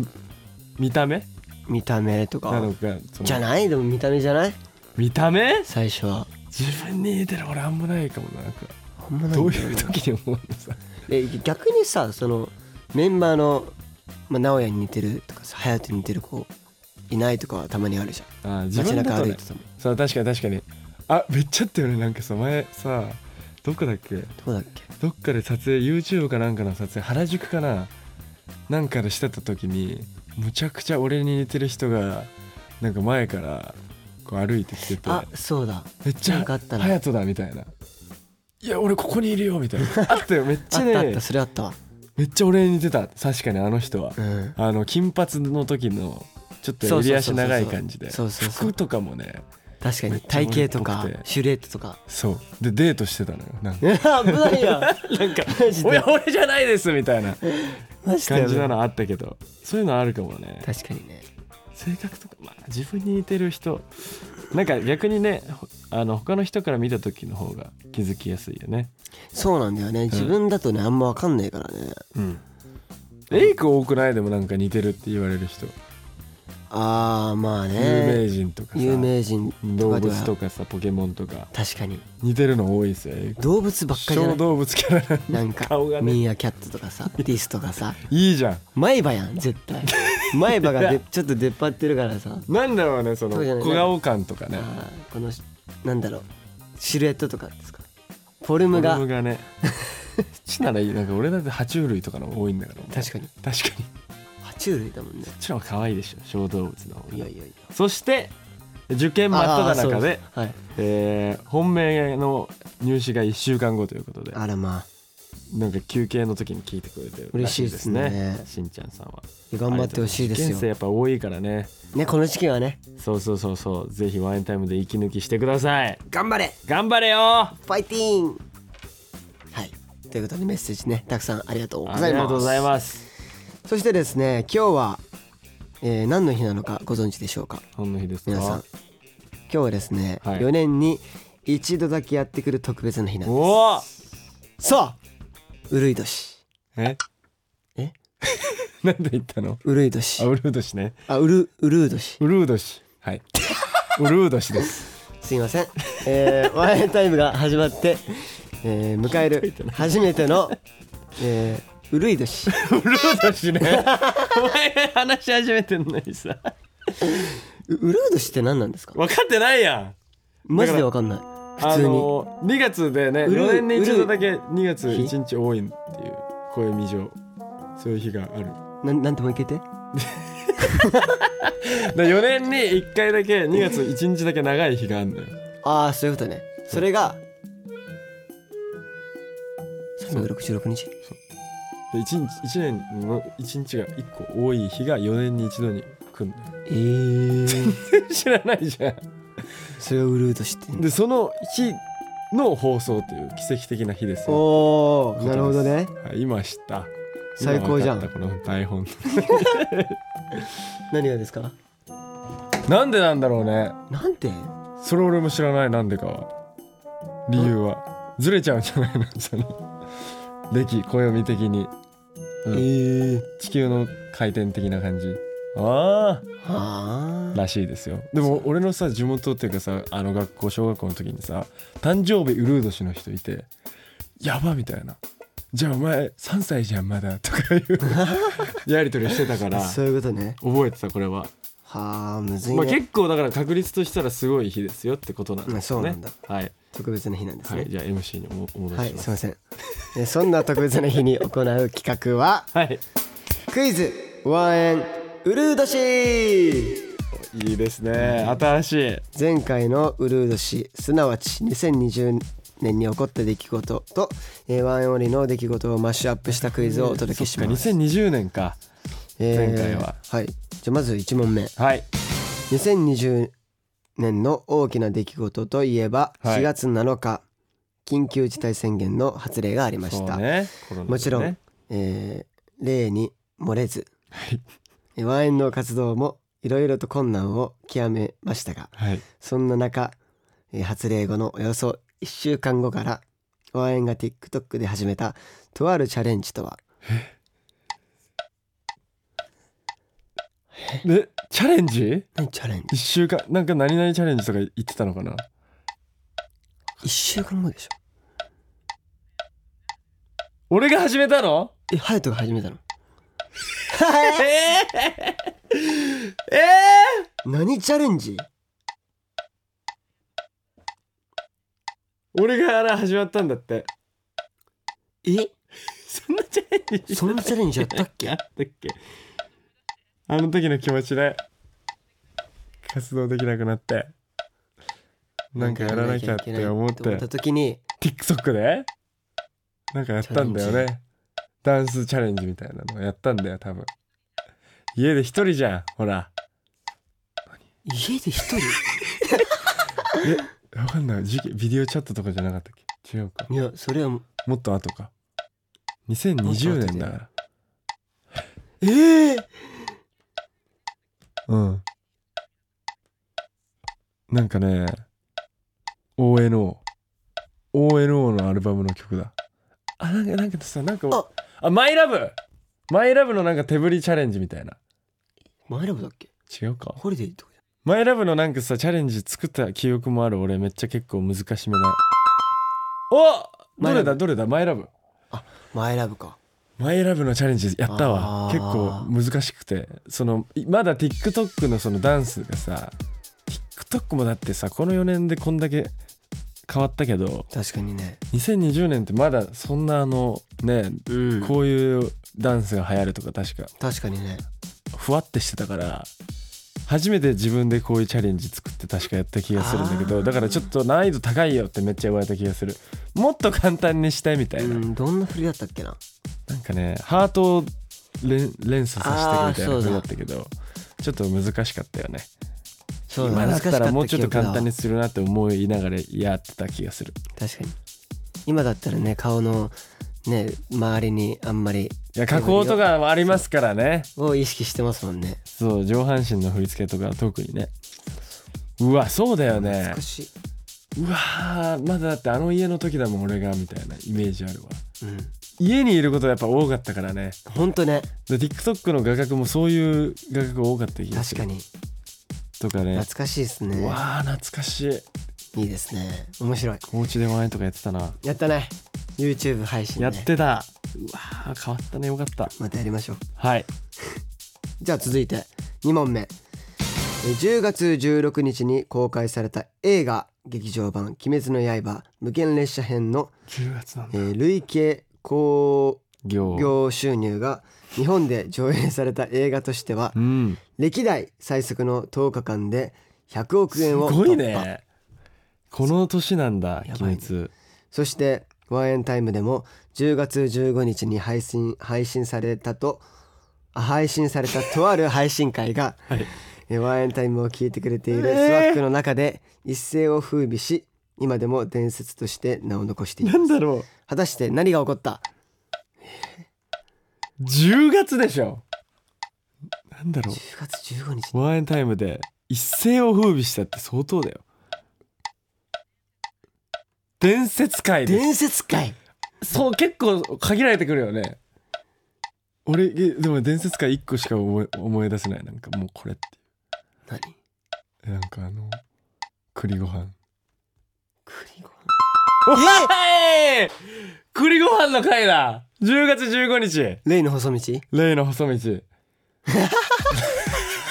Speaker 4: 見た目
Speaker 3: 見た目と
Speaker 4: なの
Speaker 3: か
Speaker 4: かその
Speaker 3: じゃないでも見た目じゃない
Speaker 4: 見た目
Speaker 3: 最初は
Speaker 4: 自分に似てる俺あんまないかもななんか
Speaker 3: あんまない
Speaker 4: ど
Speaker 3: ん
Speaker 4: う
Speaker 3: だよ
Speaker 4: いう時に思うのさ
Speaker 3: え逆にさそのメンバーの、まあ、直哉に似てるとかさ隼人に似てる子いないとかはたまにあるじゃん
Speaker 4: あ自
Speaker 3: 街
Speaker 4: 分だ
Speaker 3: 中
Speaker 4: と
Speaker 3: 歩
Speaker 4: ね
Speaker 3: いてても
Speaker 4: そう確かに確かにあめっちゃあったよねなんかさ前さどっかだっけ
Speaker 3: どこだっけ
Speaker 4: どっかで撮影 YouTube かなんかの撮影原宿かななんかでしてた時にむちゃくちゃ俺に似てる人がなんか前からこう歩いてきてて
Speaker 3: あそうだ
Speaker 4: めっち
Speaker 3: な
Speaker 4: ゃ
Speaker 3: んかあったな
Speaker 4: 隼人だみたいな「いや俺ここにいるよ」みたい
Speaker 3: <laughs>
Speaker 4: なあったよめっち
Speaker 3: あ
Speaker 4: ゃ
Speaker 3: ったあっ
Speaker 4: ね
Speaker 3: たそれあったわ
Speaker 4: めっちゃ俺に似てた確かにあの人は
Speaker 3: うん
Speaker 4: <laughs> あの金髪の時のちょっと襟足長い感じで
Speaker 3: そうそうそうそうそうそうそう
Speaker 4: 服とかもね
Speaker 3: 確か
Speaker 4: めっ
Speaker 3: に
Speaker 4: ちゃ
Speaker 3: 体型とか
Speaker 4: 俺っぽくて
Speaker 3: シュレットとか
Speaker 4: そうでデートしてたのよなんか
Speaker 3: 危ない <laughs> やん
Speaker 4: なんか
Speaker 3: マ
Speaker 4: 「
Speaker 3: ジ
Speaker 4: お
Speaker 3: で
Speaker 4: や俺じゃないです」み
Speaker 3: <laughs>
Speaker 4: たいな
Speaker 3: マジで
Speaker 4: 感じなのあったけどそういうのあるかもね
Speaker 3: 確かにね
Speaker 4: 性格とか、まあ、自分に似てる人なんか逆にねほあの他の人から見た時の方が気づきやすいよね
Speaker 3: そうなんだよね自分だとねあんま分かんないからね
Speaker 4: うんエイク多くないでもなんか似てるって言われる人
Speaker 3: あーまあ
Speaker 4: 有
Speaker 3: ね
Speaker 4: 名人とかさ
Speaker 3: 有名人と
Speaker 4: 動
Speaker 3: かで
Speaker 4: 物
Speaker 3: は
Speaker 4: とかさポケモンとか
Speaker 3: 確かに
Speaker 4: 似てるの多いですよエイク
Speaker 3: 動物ばっかりじゃな
Speaker 4: 小
Speaker 3: い
Speaker 4: 動物キャラなんで
Speaker 3: なんか
Speaker 4: 顔がね
Speaker 3: ミーアキャットと <laughs> かさディスとかさ
Speaker 4: いいじゃん
Speaker 3: 前歯やん絶 <laughs> 対前歯がでちょっと出っ張ってるからさ
Speaker 4: なんだろうねその
Speaker 3: そうじゃない
Speaker 4: 小顔感とかね
Speaker 3: あーこのしなんだろうシルエットとかですかフォルム
Speaker 4: ム
Speaker 3: が
Speaker 4: がねちならいいなんか俺だって爬虫類とかの方が多いんだから
Speaker 3: 確かに
Speaker 4: 確かに
Speaker 3: 爬虫類だもんね
Speaker 4: こっちの方が可愛いでしょ小動物の方が
Speaker 3: いやいやいや
Speaker 4: そして受験真っ
Speaker 3: あー
Speaker 4: 只中で、
Speaker 3: そうはい、
Speaker 4: えー本命の入試が1週間後ということで
Speaker 3: あらま
Speaker 4: なんか休憩の時に聞いてくれてるら
Speaker 3: 嬉しいですね
Speaker 4: らしいですしんちゃんさんは
Speaker 3: あ頑張ってほしいです
Speaker 4: 受験生
Speaker 3: よ
Speaker 4: やっぱ多いからね
Speaker 3: ねこの時期はね
Speaker 4: そうそうそうそうぜひワインタイムで息抜きしてください
Speaker 3: 頑張れ
Speaker 4: 頑張れよ
Speaker 3: ファイティーンはいということでメッセージねたくさんありがとうございます
Speaker 4: ありがとうございます
Speaker 3: そしてですね今日は、えー何の日なのかご存知でしょうか
Speaker 4: ほんの日ですか
Speaker 3: 皆さん今日はですね、
Speaker 4: はい
Speaker 3: 4年に一度だけやってくる特別な日なんで
Speaker 4: おお
Speaker 3: すそううるい年
Speaker 4: え
Speaker 3: え
Speaker 4: <laughs> なんで言ったの
Speaker 3: うるい
Speaker 4: あ
Speaker 3: 年
Speaker 4: ウルード氏ね
Speaker 3: あうるうるう年
Speaker 4: ウルード氏はいウルード
Speaker 3: <laughs>
Speaker 4: 氏です
Speaker 3: すいません、えー、ワインタイムが始まって、えー迎える初めての、えー、うるい年
Speaker 4: ウルード氏ね <laughs> お前話し始めてんのにさ
Speaker 3: <laughs> ううるう年って何なんですか
Speaker 4: 分かってないやん
Speaker 3: マジでわかんない普通に、
Speaker 4: ー、2月でね
Speaker 3: ウルー
Speaker 4: 4年に一度だけ2月1日多いっていう暦上そういう日がある
Speaker 3: なんなんてもう一回言って
Speaker 4: だ4年に1回だけ2月1日だけ長い日があるんだよ
Speaker 3: ああそういうことねそれが366日
Speaker 4: で 1, 日1年の1日が1個多い日が4年に一度に来るんだよ
Speaker 3: えー、
Speaker 4: <laughs> 知らないじゃん
Speaker 3: <laughs> それをうるう年って言うんだ
Speaker 4: でその日の放送という奇跡的な日ですよ
Speaker 3: おーなるほどね
Speaker 4: はい今知った
Speaker 3: 最高じゃん
Speaker 4: 今分かったこの台本
Speaker 3: 何がですか
Speaker 4: なんでなんだろうね
Speaker 3: なんて
Speaker 4: それ俺も知らないなんでかは理由はずれちゃうんじゃないのその歴暦的に、うん
Speaker 3: ええ
Speaker 4: 地球の回転的な感じああ
Speaker 3: はあ
Speaker 4: らしいですよでも俺のさ地元っていうかさあの学校小学校の時にさ誕生日ウルード氏の人いてやばみたいなじゃあお前3歳じゃんまだとかいう <laughs> やり取りしてた <laughs> から
Speaker 3: そういうことね
Speaker 4: 覚えてたこれは、
Speaker 3: はあむずい
Speaker 4: まあ、
Speaker 3: ね、
Speaker 4: 結構だから確率としたらすごい日ですよってことなんですね、
Speaker 3: うんそうなんだ
Speaker 4: はい
Speaker 3: 特別な日なんです
Speaker 4: はい、
Speaker 3: ね
Speaker 4: じゃあ MC におもお戻
Speaker 3: は
Speaker 4: し
Speaker 3: い、
Speaker 4: します
Speaker 3: い
Speaker 4: す。
Speaker 3: ませんえそんな特別な日に行う企画は
Speaker 4: はい、
Speaker 3: クイズワンエンうるう年
Speaker 4: いいですね。新しい。
Speaker 3: 前回のウルード氏すなわち2020年に起こった出来事と、えーワンエンオンリーの出来事をマッシュアップしたクイズをお届けします。
Speaker 4: そっか2020年か
Speaker 3: えー
Speaker 4: 前回は
Speaker 3: はい。じゃあまず1問目。
Speaker 4: はい
Speaker 3: 2020年の大きな出来事といえば
Speaker 4: はい
Speaker 3: 4月7日、緊急事態宣言の発令がありま
Speaker 4: そ
Speaker 3: し
Speaker 4: う
Speaker 3: た、
Speaker 4: ねコロナでね
Speaker 3: もちろんえー例に漏れず、えーワンエンの活動もいろいろと困難を極めましたが
Speaker 4: はい
Speaker 3: そんな中、えー発令後のおよそ1週間後からワンエンが TikTok で始めたとあるチャレンジとは
Speaker 4: でチャレンジ
Speaker 3: 何チャレン
Speaker 4: 一週間なんか何々チャレンジとか言ってたのかな
Speaker 3: ジ1週間後でしょ
Speaker 4: 俺が始めたの
Speaker 3: えハヤトが始めたの
Speaker 4: ええええ
Speaker 3: 何チャレンジ
Speaker 4: 俺があら始まったんだって
Speaker 3: え
Speaker 4: そんなチャレンジ
Speaker 3: そんなチャレンジやったっけ
Speaker 4: あったっけあの時の気持ちで活動できなくなって <laughs> なんかやらなきゃって思っ
Speaker 3: やらなきゃいけないた
Speaker 4: て
Speaker 3: 時に
Speaker 4: TikTok でなんかやったんだよ
Speaker 3: チャレン
Speaker 4: ねダンスチャレンジみたいなのやったんだよ多分家で一人じゃんほら
Speaker 3: 家で一人
Speaker 4: えわかんない時期ビデオチャットとかじゃなかったっけ違うか
Speaker 3: いやそれはもう
Speaker 4: もっと後か2020年だから
Speaker 3: ええ
Speaker 4: うんなんかね ONOONO のアルバムの曲だあなんかなんかさなんか
Speaker 3: あ
Speaker 4: あマイラブマイラブのなんか手振りチャレンジみたいな
Speaker 3: マイラブだっけ
Speaker 4: 違うか
Speaker 3: ホリデーとかじ
Speaker 4: マイラブのなんかさチャレンジ作った記憶もある俺めっちゃ結構難しめなおど
Speaker 3: マイ
Speaker 4: れ
Speaker 3: ラ
Speaker 4: だ
Speaker 3: ブ
Speaker 4: どれだマイラブ
Speaker 3: ゃんマイラブか
Speaker 4: マイラブのチャレンジやったわ
Speaker 3: あ
Speaker 4: 結構
Speaker 3: ー
Speaker 4: 難しくてそのいまだ TikTok のそのダンスがさ TikTok もだってさこの4年でこんだけ変わったけど
Speaker 3: 確かにね
Speaker 4: 2020年ってまだそんなあのね
Speaker 3: うん
Speaker 4: こういうダンスが流行るとか確か
Speaker 3: 確かにね
Speaker 4: ふわってしてたから初めて自分でこういうチャレンジ作って確かやった気がするんだけ
Speaker 3: あ
Speaker 4: ど
Speaker 3: ー
Speaker 4: だからちょっと難易度高いよってめっちゃ言われた気がするもっと簡単にしたいみた
Speaker 3: う
Speaker 4: いな、
Speaker 3: んどんな振りだったっけな
Speaker 4: なんかねハートを連連鎖させていく
Speaker 3: あー
Speaker 4: みたいな風
Speaker 3: そう
Speaker 4: だ
Speaker 3: だ
Speaker 4: ったけどちょっと難しかったよね
Speaker 3: そうだ
Speaker 4: 今だ
Speaker 3: 難
Speaker 4: っ
Speaker 3: しか
Speaker 4: た
Speaker 3: った
Speaker 4: らもうちょっと簡単に
Speaker 3: 記
Speaker 4: するなって思いながらやってた気がする
Speaker 3: 憶だわ確かに今だったらね顔のね周りにあんまり
Speaker 4: いや加工とかもありますからね
Speaker 3: を意識してますもんね
Speaker 4: そう上半身の振り付けとか特にねうわそうだよね
Speaker 3: 少し
Speaker 4: うわーまだだってあの家の時だもん俺がみたいなイメージあるわ
Speaker 3: うん
Speaker 4: 家にいることがやっぱ多かったからね
Speaker 3: ほんとね
Speaker 4: で TikTok の画角もそういう画角が多かった気がす
Speaker 3: 確
Speaker 4: る
Speaker 3: かに
Speaker 4: とかね
Speaker 3: 懐かしいですね
Speaker 4: うわー懐かしい
Speaker 3: いいですね面白い
Speaker 4: お家でワインとかやってたな
Speaker 3: やったね YouTube 配信ね
Speaker 4: やってたうわー変わったねよかった
Speaker 3: またやりましょう
Speaker 4: はい
Speaker 3: じゃあ続いて2問目え10月16日に公開された映画劇場版「鬼滅の刃無限列車編の」
Speaker 4: 10月なん
Speaker 3: えー累計興
Speaker 4: 行
Speaker 3: 行収入が日本で上映された映画としては
Speaker 4: うん
Speaker 3: 歴代最速の10日間で100億
Speaker 4: す
Speaker 3: 円を突破
Speaker 4: ごいねこの年なんだ
Speaker 3: やばいね
Speaker 4: 鬼滅
Speaker 3: そしてワンエンタイムでも10月15日に配信配信されたとあ配信されたとある配信会が、
Speaker 4: <laughs> はい
Speaker 3: えーワンエンタイムを聞いてくれているス
Speaker 4: え
Speaker 3: ワ
Speaker 4: ー
Speaker 3: ックの中で一世を風靡し今でも伝説として名を残している
Speaker 4: なんだろ
Speaker 3: 果たして何が起こった
Speaker 4: う10月でしょなんだろう
Speaker 3: 10月15日
Speaker 4: ワンエンタイムで一世を風靡したって相当だよ伝説界です
Speaker 3: 伝説会
Speaker 4: そう結構限られてくるよね俺えでも伝説界1個しか思い思い出せないなんかもうこれって
Speaker 3: 何
Speaker 4: えなんかあの栗ご飯
Speaker 3: 栗ご
Speaker 4: え栗ご飯の回だ10月15日
Speaker 3: 飯例の細道
Speaker 4: 例の細道 <laughs>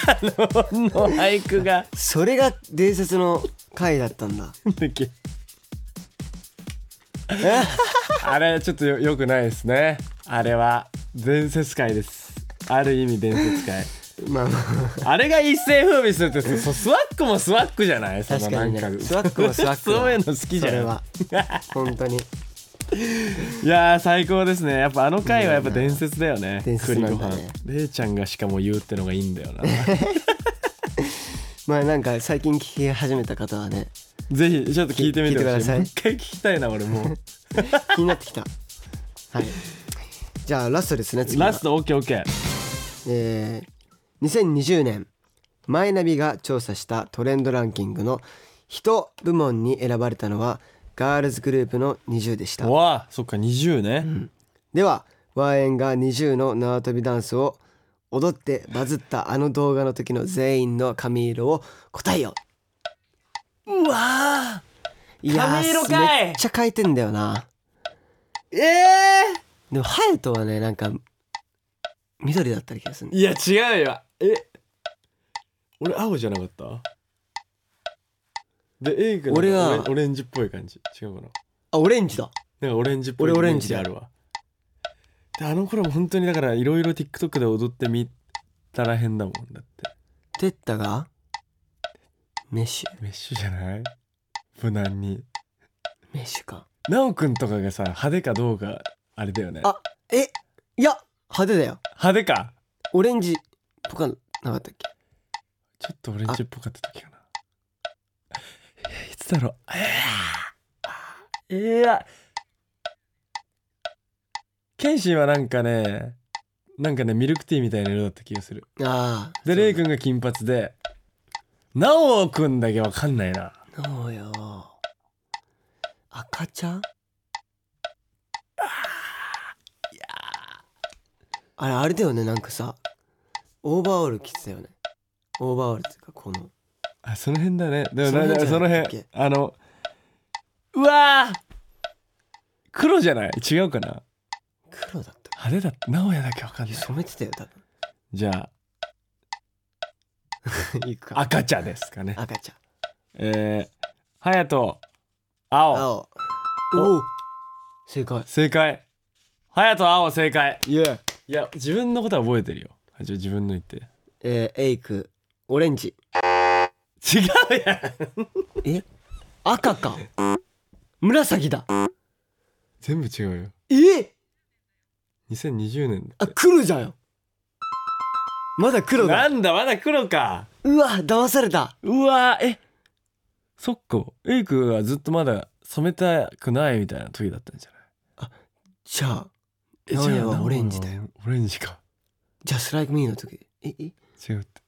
Speaker 4: あのの俳句が
Speaker 3: それが伝説の会だったんだ
Speaker 4: なんだっけ
Speaker 3: え
Speaker 4: <laughs> あれちょっとよよくないですねあれは伝説界ですある意味伝説界
Speaker 3: まあまあ
Speaker 4: あれが一世風靡するってそそスワックもスワックじゃないその
Speaker 3: 確かにね
Speaker 4: なんか
Speaker 3: スワックもスワックだ
Speaker 4: そういうの好きじ
Speaker 3: そ
Speaker 4: ゃ
Speaker 3: れ
Speaker 4: ん
Speaker 3: は本当に
Speaker 4: いやー最高ですねやっぱあの回はやっぱ伝説だよね
Speaker 3: 伝説
Speaker 4: 栗
Speaker 3: な
Speaker 4: ご
Speaker 3: んだ
Speaker 4: 飯
Speaker 3: ね
Speaker 4: れいちゃんがしかも言うってのがいいん
Speaker 3: <laughs>
Speaker 4: だよな
Speaker 3: まあなんか最近聞き始めた方はね
Speaker 4: ぜひちょっと聞いてみ
Speaker 3: 聞い
Speaker 4: て
Speaker 3: てく
Speaker 4: ほ
Speaker 3: だ
Speaker 4: しい
Speaker 3: さい
Speaker 4: もう一回聞きたいな
Speaker 3: <laughs>
Speaker 4: 俺もう
Speaker 3: 気になってきたはいじゃあラストですね次は
Speaker 4: ラスト OKOK
Speaker 3: えー2020年マイナビが調査したトレンドランキングの人部門に選ばれたのはガールズグループの20でした
Speaker 4: わあそっか20ね、
Speaker 3: ではワーエンが20の縄跳びダンスを踊ってバズったあの動画の時の全員の髪色を答えよ
Speaker 4: うわあ
Speaker 3: ういやー
Speaker 4: 髪色かい
Speaker 3: めっちゃ変えてんだよな
Speaker 4: ええ
Speaker 3: でもハヤトはねなんか緑だった気がする
Speaker 4: いや違うよえ俺青じゃなかったで A が
Speaker 3: 俺は
Speaker 4: オレンオレンジっぽい感じ違うかな
Speaker 3: あオレンジだ
Speaker 4: なんかオレンジっぽい
Speaker 3: 俺オレンジだ
Speaker 4: イメーあるわであの頃も本当にだからいろいろ TikTok で踊ってみたら変だもんだって
Speaker 3: テッタがメッシュ
Speaker 4: メッシュじゃない無難に
Speaker 3: メッシュか
Speaker 4: なおくんとかがさ派手かどうかあれだよね
Speaker 3: あえいや派手だよ
Speaker 4: 派手か
Speaker 3: オレンジとかなかったっけ
Speaker 4: ちょっとオレンジっぽかった時かなえいつだろうえー、いやケンシーはなんかねなんかねミルクティーみたいな色だった気がする
Speaker 3: ああ
Speaker 4: でレイ君が金髪でなおくんだけわかんないな
Speaker 3: そうよ赤ちゃんあれあれだよねなんかさオーバーオール着てたよねオーバーオールっていうかこの
Speaker 4: あその辺だねでも
Speaker 3: その
Speaker 4: な
Speaker 3: 辺じゃ
Speaker 4: その
Speaker 3: なかったっ
Speaker 4: 辺
Speaker 3: け
Speaker 4: あのうわー黒じゃない違うかな
Speaker 3: 黒だった
Speaker 4: 派手だった直哉だけわかんない
Speaker 3: 染めてたよ多
Speaker 4: じゃ
Speaker 3: 分いく
Speaker 4: あ赤茶ですかね
Speaker 3: 赤ちゃん
Speaker 4: えー、隼人青
Speaker 3: 青おお正解
Speaker 4: 正解隼人青正解
Speaker 3: イエー
Speaker 4: いや自分のことは覚えてるよあじゃあ自分の言って
Speaker 3: えーエイクオレンジ
Speaker 4: 違うやん
Speaker 3: え赤か紫だ
Speaker 4: 全部違うよ
Speaker 3: え
Speaker 4: 2020年だ
Speaker 3: あ黒じゃんよまだ黒だ
Speaker 4: なんだまだ黒か
Speaker 3: うわ騙された
Speaker 4: うわーえそっかエイクはずっとまだ染めたくないみたいな時だったんじゃない
Speaker 3: じゃあ
Speaker 4: え
Speaker 3: 直哉
Speaker 4: じゃあ
Speaker 3: はオレンジだ
Speaker 4: よオレンジか
Speaker 3: じゃあストライクミーの時ええ
Speaker 4: 違うって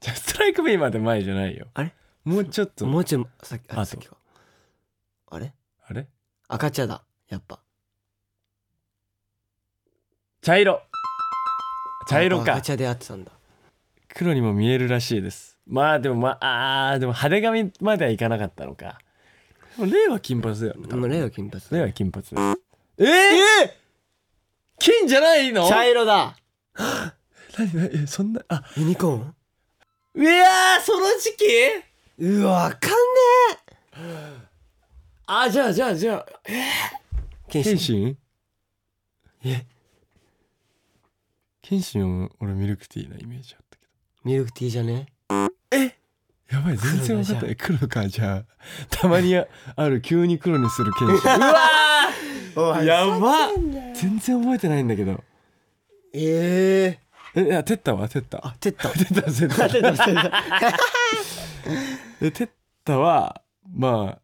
Speaker 4: じゃあストライクビーまで前じゃないよ
Speaker 3: あれ
Speaker 4: もうちょっと
Speaker 3: もうちょいさっき
Speaker 4: あ
Speaker 3: あ
Speaker 4: と
Speaker 3: さっきかあれ
Speaker 4: あれ
Speaker 3: 赤茶だやっぱ
Speaker 4: 茶色茶色
Speaker 3: やっぱ
Speaker 4: か
Speaker 3: 赤茶で合ってたんだ
Speaker 4: 黒にも見えるらしいですまあでもまああーでも派手髪まではいかなかったのかでもレイは金髪だよね多
Speaker 3: もう
Speaker 4: 分
Speaker 3: レイは金髪
Speaker 4: レイは金髪えー、え金じゃないの
Speaker 3: 茶色だ
Speaker 4: 何何えそんなあ
Speaker 3: ユニコーン
Speaker 4: いやーその時期
Speaker 3: うわわかんね
Speaker 4: あじゃあじゃあじゃあ
Speaker 3: え剣
Speaker 4: 謙
Speaker 3: 士
Speaker 4: 信え謙信は俺ミルクティーなイメージあったけ
Speaker 3: ミルクティーじゃね
Speaker 4: どやばい全然分かったえ黒かじゃあたまにある急に黒にする謙信うわーやば全然覚えてないんだけど
Speaker 3: ええ
Speaker 4: えいやテッタはテッタ
Speaker 3: あテッ <laughs> タ
Speaker 4: テッタは絶対 <laughs> でテッタはまあ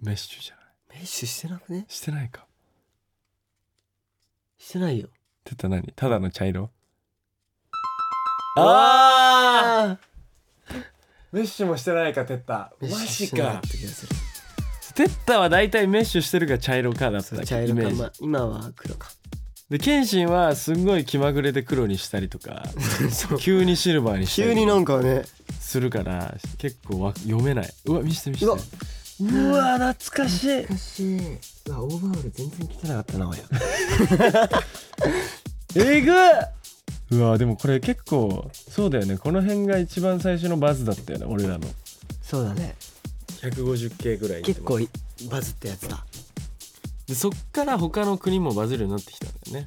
Speaker 4: メッシュじゃない
Speaker 3: <laughs> メッシュしてなくね
Speaker 4: してないか
Speaker 3: してないよ
Speaker 4: テッタ何ただの茶色
Speaker 3: ああ
Speaker 4: メッシュもしてないかテッタマジか
Speaker 3: 気がする
Speaker 4: テッタは大体メッシュしてるか茶色かだった
Speaker 3: そう
Speaker 4: っ
Speaker 3: 茶
Speaker 4: け
Speaker 3: 色
Speaker 4: イメ
Speaker 3: か、
Speaker 4: ージ
Speaker 3: まあ、今は黒か
Speaker 4: で謙信はすんごい気まぐれで黒にしたりと <laughs> か
Speaker 3: そう
Speaker 4: 急にシルバーにした
Speaker 3: 急に
Speaker 4: り
Speaker 3: なんかね
Speaker 4: するから結構わ読めないうわ見して見して
Speaker 3: うわ
Speaker 4: うわ懐かしい
Speaker 3: しいうわオーバーオール全然着てなかったな俺
Speaker 4: えぐうわでもこれ結構そうだよねこの辺が一番最初のバズだったよね俺らの
Speaker 3: そうだね
Speaker 4: 150系ぐらい
Speaker 3: 結構いバズったやつだ
Speaker 4: でそっから他の国もバズるようになってきたんだよね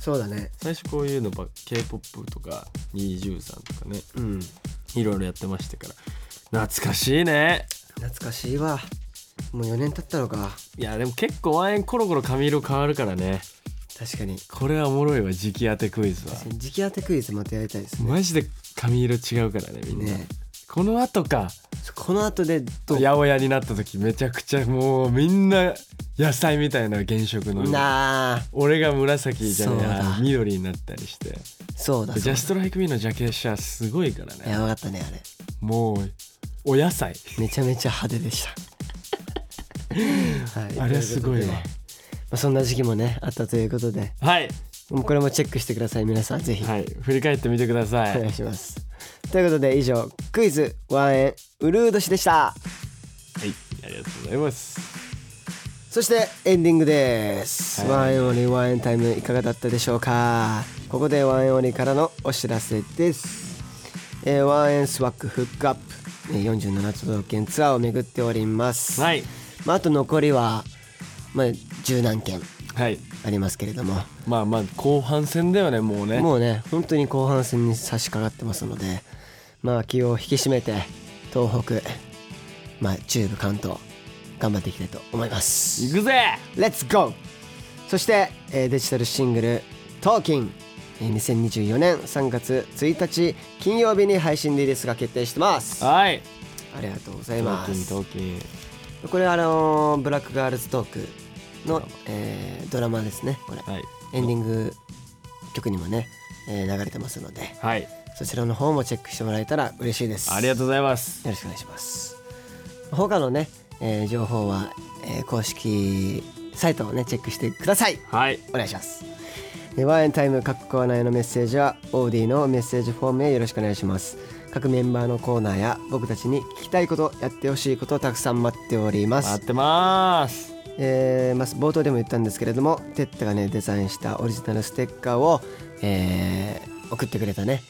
Speaker 3: そうだね
Speaker 4: 最初こういうのば K-POP とか23とかね
Speaker 3: うん
Speaker 4: いろいろやってましたから懐かしいね
Speaker 3: 懐かしいわもう4年経ったのか
Speaker 4: いやでも結構ワンエンコロコロ髪色変わるからね
Speaker 3: 確かに
Speaker 4: これはおもろいわ時期当てクイズは
Speaker 3: 時期当てクイズまたやりたいですね
Speaker 4: マジで髪色違うからねみんな、
Speaker 3: ね
Speaker 4: この後か
Speaker 3: この後でどう
Speaker 4: 八百屋になった時めちゃくちゃもうみんな野菜みたいな原色の
Speaker 3: なあ
Speaker 4: 俺が紫じゃねえ
Speaker 3: そうだ
Speaker 4: あ緑になったりして
Speaker 3: そうだ
Speaker 4: ジ
Speaker 3: そう
Speaker 4: ャストライクミーのジャケシャすごいから
Speaker 3: だ
Speaker 4: ね
Speaker 3: やばかったねあれ
Speaker 4: もうお野菜
Speaker 3: めちゃめちゃ派手で <laughs> したはい
Speaker 4: あれはすごい
Speaker 3: と
Speaker 4: わ
Speaker 3: うことでまあ、そんな時期もねあったということで
Speaker 4: はい
Speaker 3: もうこれもチェックしてください皆さんぜひ、
Speaker 4: はい振り返ってみてくださ
Speaker 3: お願
Speaker 4: い
Speaker 3: いしますということで以上クイズワンエンウルード氏でした
Speaker 4: はいありがとうございます
Speaker 3: そしてエンディングです、
Speaker 4: はい
Speaker 3: ワンエンオンリーワンエンタイムいかがだったでしょうかここでワンエンオンリーからのお知らせです、えーワンエンスワックフックアップえー47都道府県ツアーを巡っております、
Speaker 4: はい
Speaker 3: まあ、あと残りは、まあ、十何件
Speaker 4: はい
Speaker 3: ありますけれども
Speaker 4: まあまあ後半戦だよねもうね
Speaker 3: もうね本当に後半戦に差し掛かってますのでまあ気を引き締めて東北まあ中部関東頑張っていきたいと思います
Speaker 4: 行くぜ
Speaker 3: レッツゴーそして、えーデジタルシングル「トーキン」えー2024年3月1日金曜日に配信リリースが決定してますあ
Speaker 4: はい
Speaker 3: りがとうござ
Speaker 4: ト
Speaker 3: いま
Speaker 4: ーキン
Speaker 3: す
Speaker 4: トーキン
Speaker 3: これあのーブラックガールズトークの、えードラマですねこれ
Speaker 4: はい
Speaker 3: エンディング曲にもね、えー流れてますので
Speaker 4: はい
Speaker 3: そちらの方もチェックしてもらえたら嬉しいです
Speaker 4: ありがとうございます
Speaker 3: よろしくお願いします他のね、えー情報は、えー公式サイトをねチェックしてください
Speaker 4: はい
Speaker 3: お願いしますでワンエンタイム各コーナーへのメッセージは OD のメッセージフォームへよろしくお願いします各メンバーのコーナーや僕たちに聞きたいことやってほしいことをたくさん待っております
Speaker 4: 待ってます
Speaker 3: えーまあ、冒頭でも言ったんですけれどもテッタがねデザインしたオリジナルステッカーを、えー送ってくれたね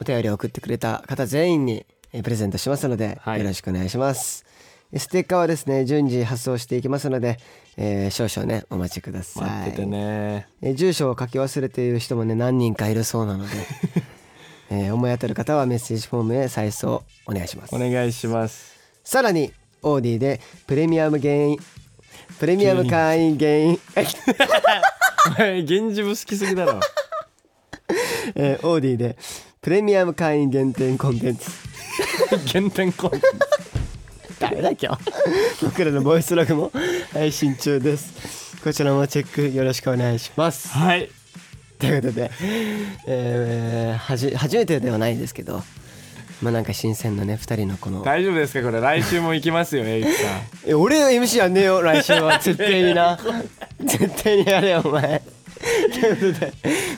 Speaker 3: お便りを送ってくれた方全員に、えープレゼントしますので、
Speaker 4: はい
Speaker 3: よろしくお願いしますえステッカーはですね順次発送していきますので、えー少々ねお待ちください
Speaker 4: 待っててね
Speaker 3: えー住所を書き忘れている人もね何人かいるそう
Speaker 4: <laughs>
Speaker 3: なので、えー思い当たる方はメッセージフォームへ再送お願いします
Speaker 4: お願いします <laughs>
Speaker 3: さらにオーディでプレミアム原因プレミアム会員原因
Speaker 4: 現事部好きすぎだろ
Speaker 3: えーオーディでプレミアム会員限定コンテンツ
Speaker 4: 原点コンテン
Speaker 3: ダメだ今日 <laughs> 僕らのボイスログも配信中ですこちらもチェックよろしくお願いします
Speaker 4: ツはい
Speaker 3: ということで、えーはじ初めてではないですけどまあなんか新鮮なね2人のこの
Speaker 4: 大丈夫ですかこれ来週も行きますよエイクさん
Speaker 3: え俺が MC やんねえよ来週は絶対にな絶対にやれよお前ということで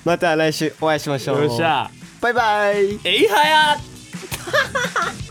Speaker 3: また来週お会いしましょう
Speaker 4: よっしゃ
Speaker 3: バイバイ
Speaker 4: えいはや
Speaker 3: バイバイ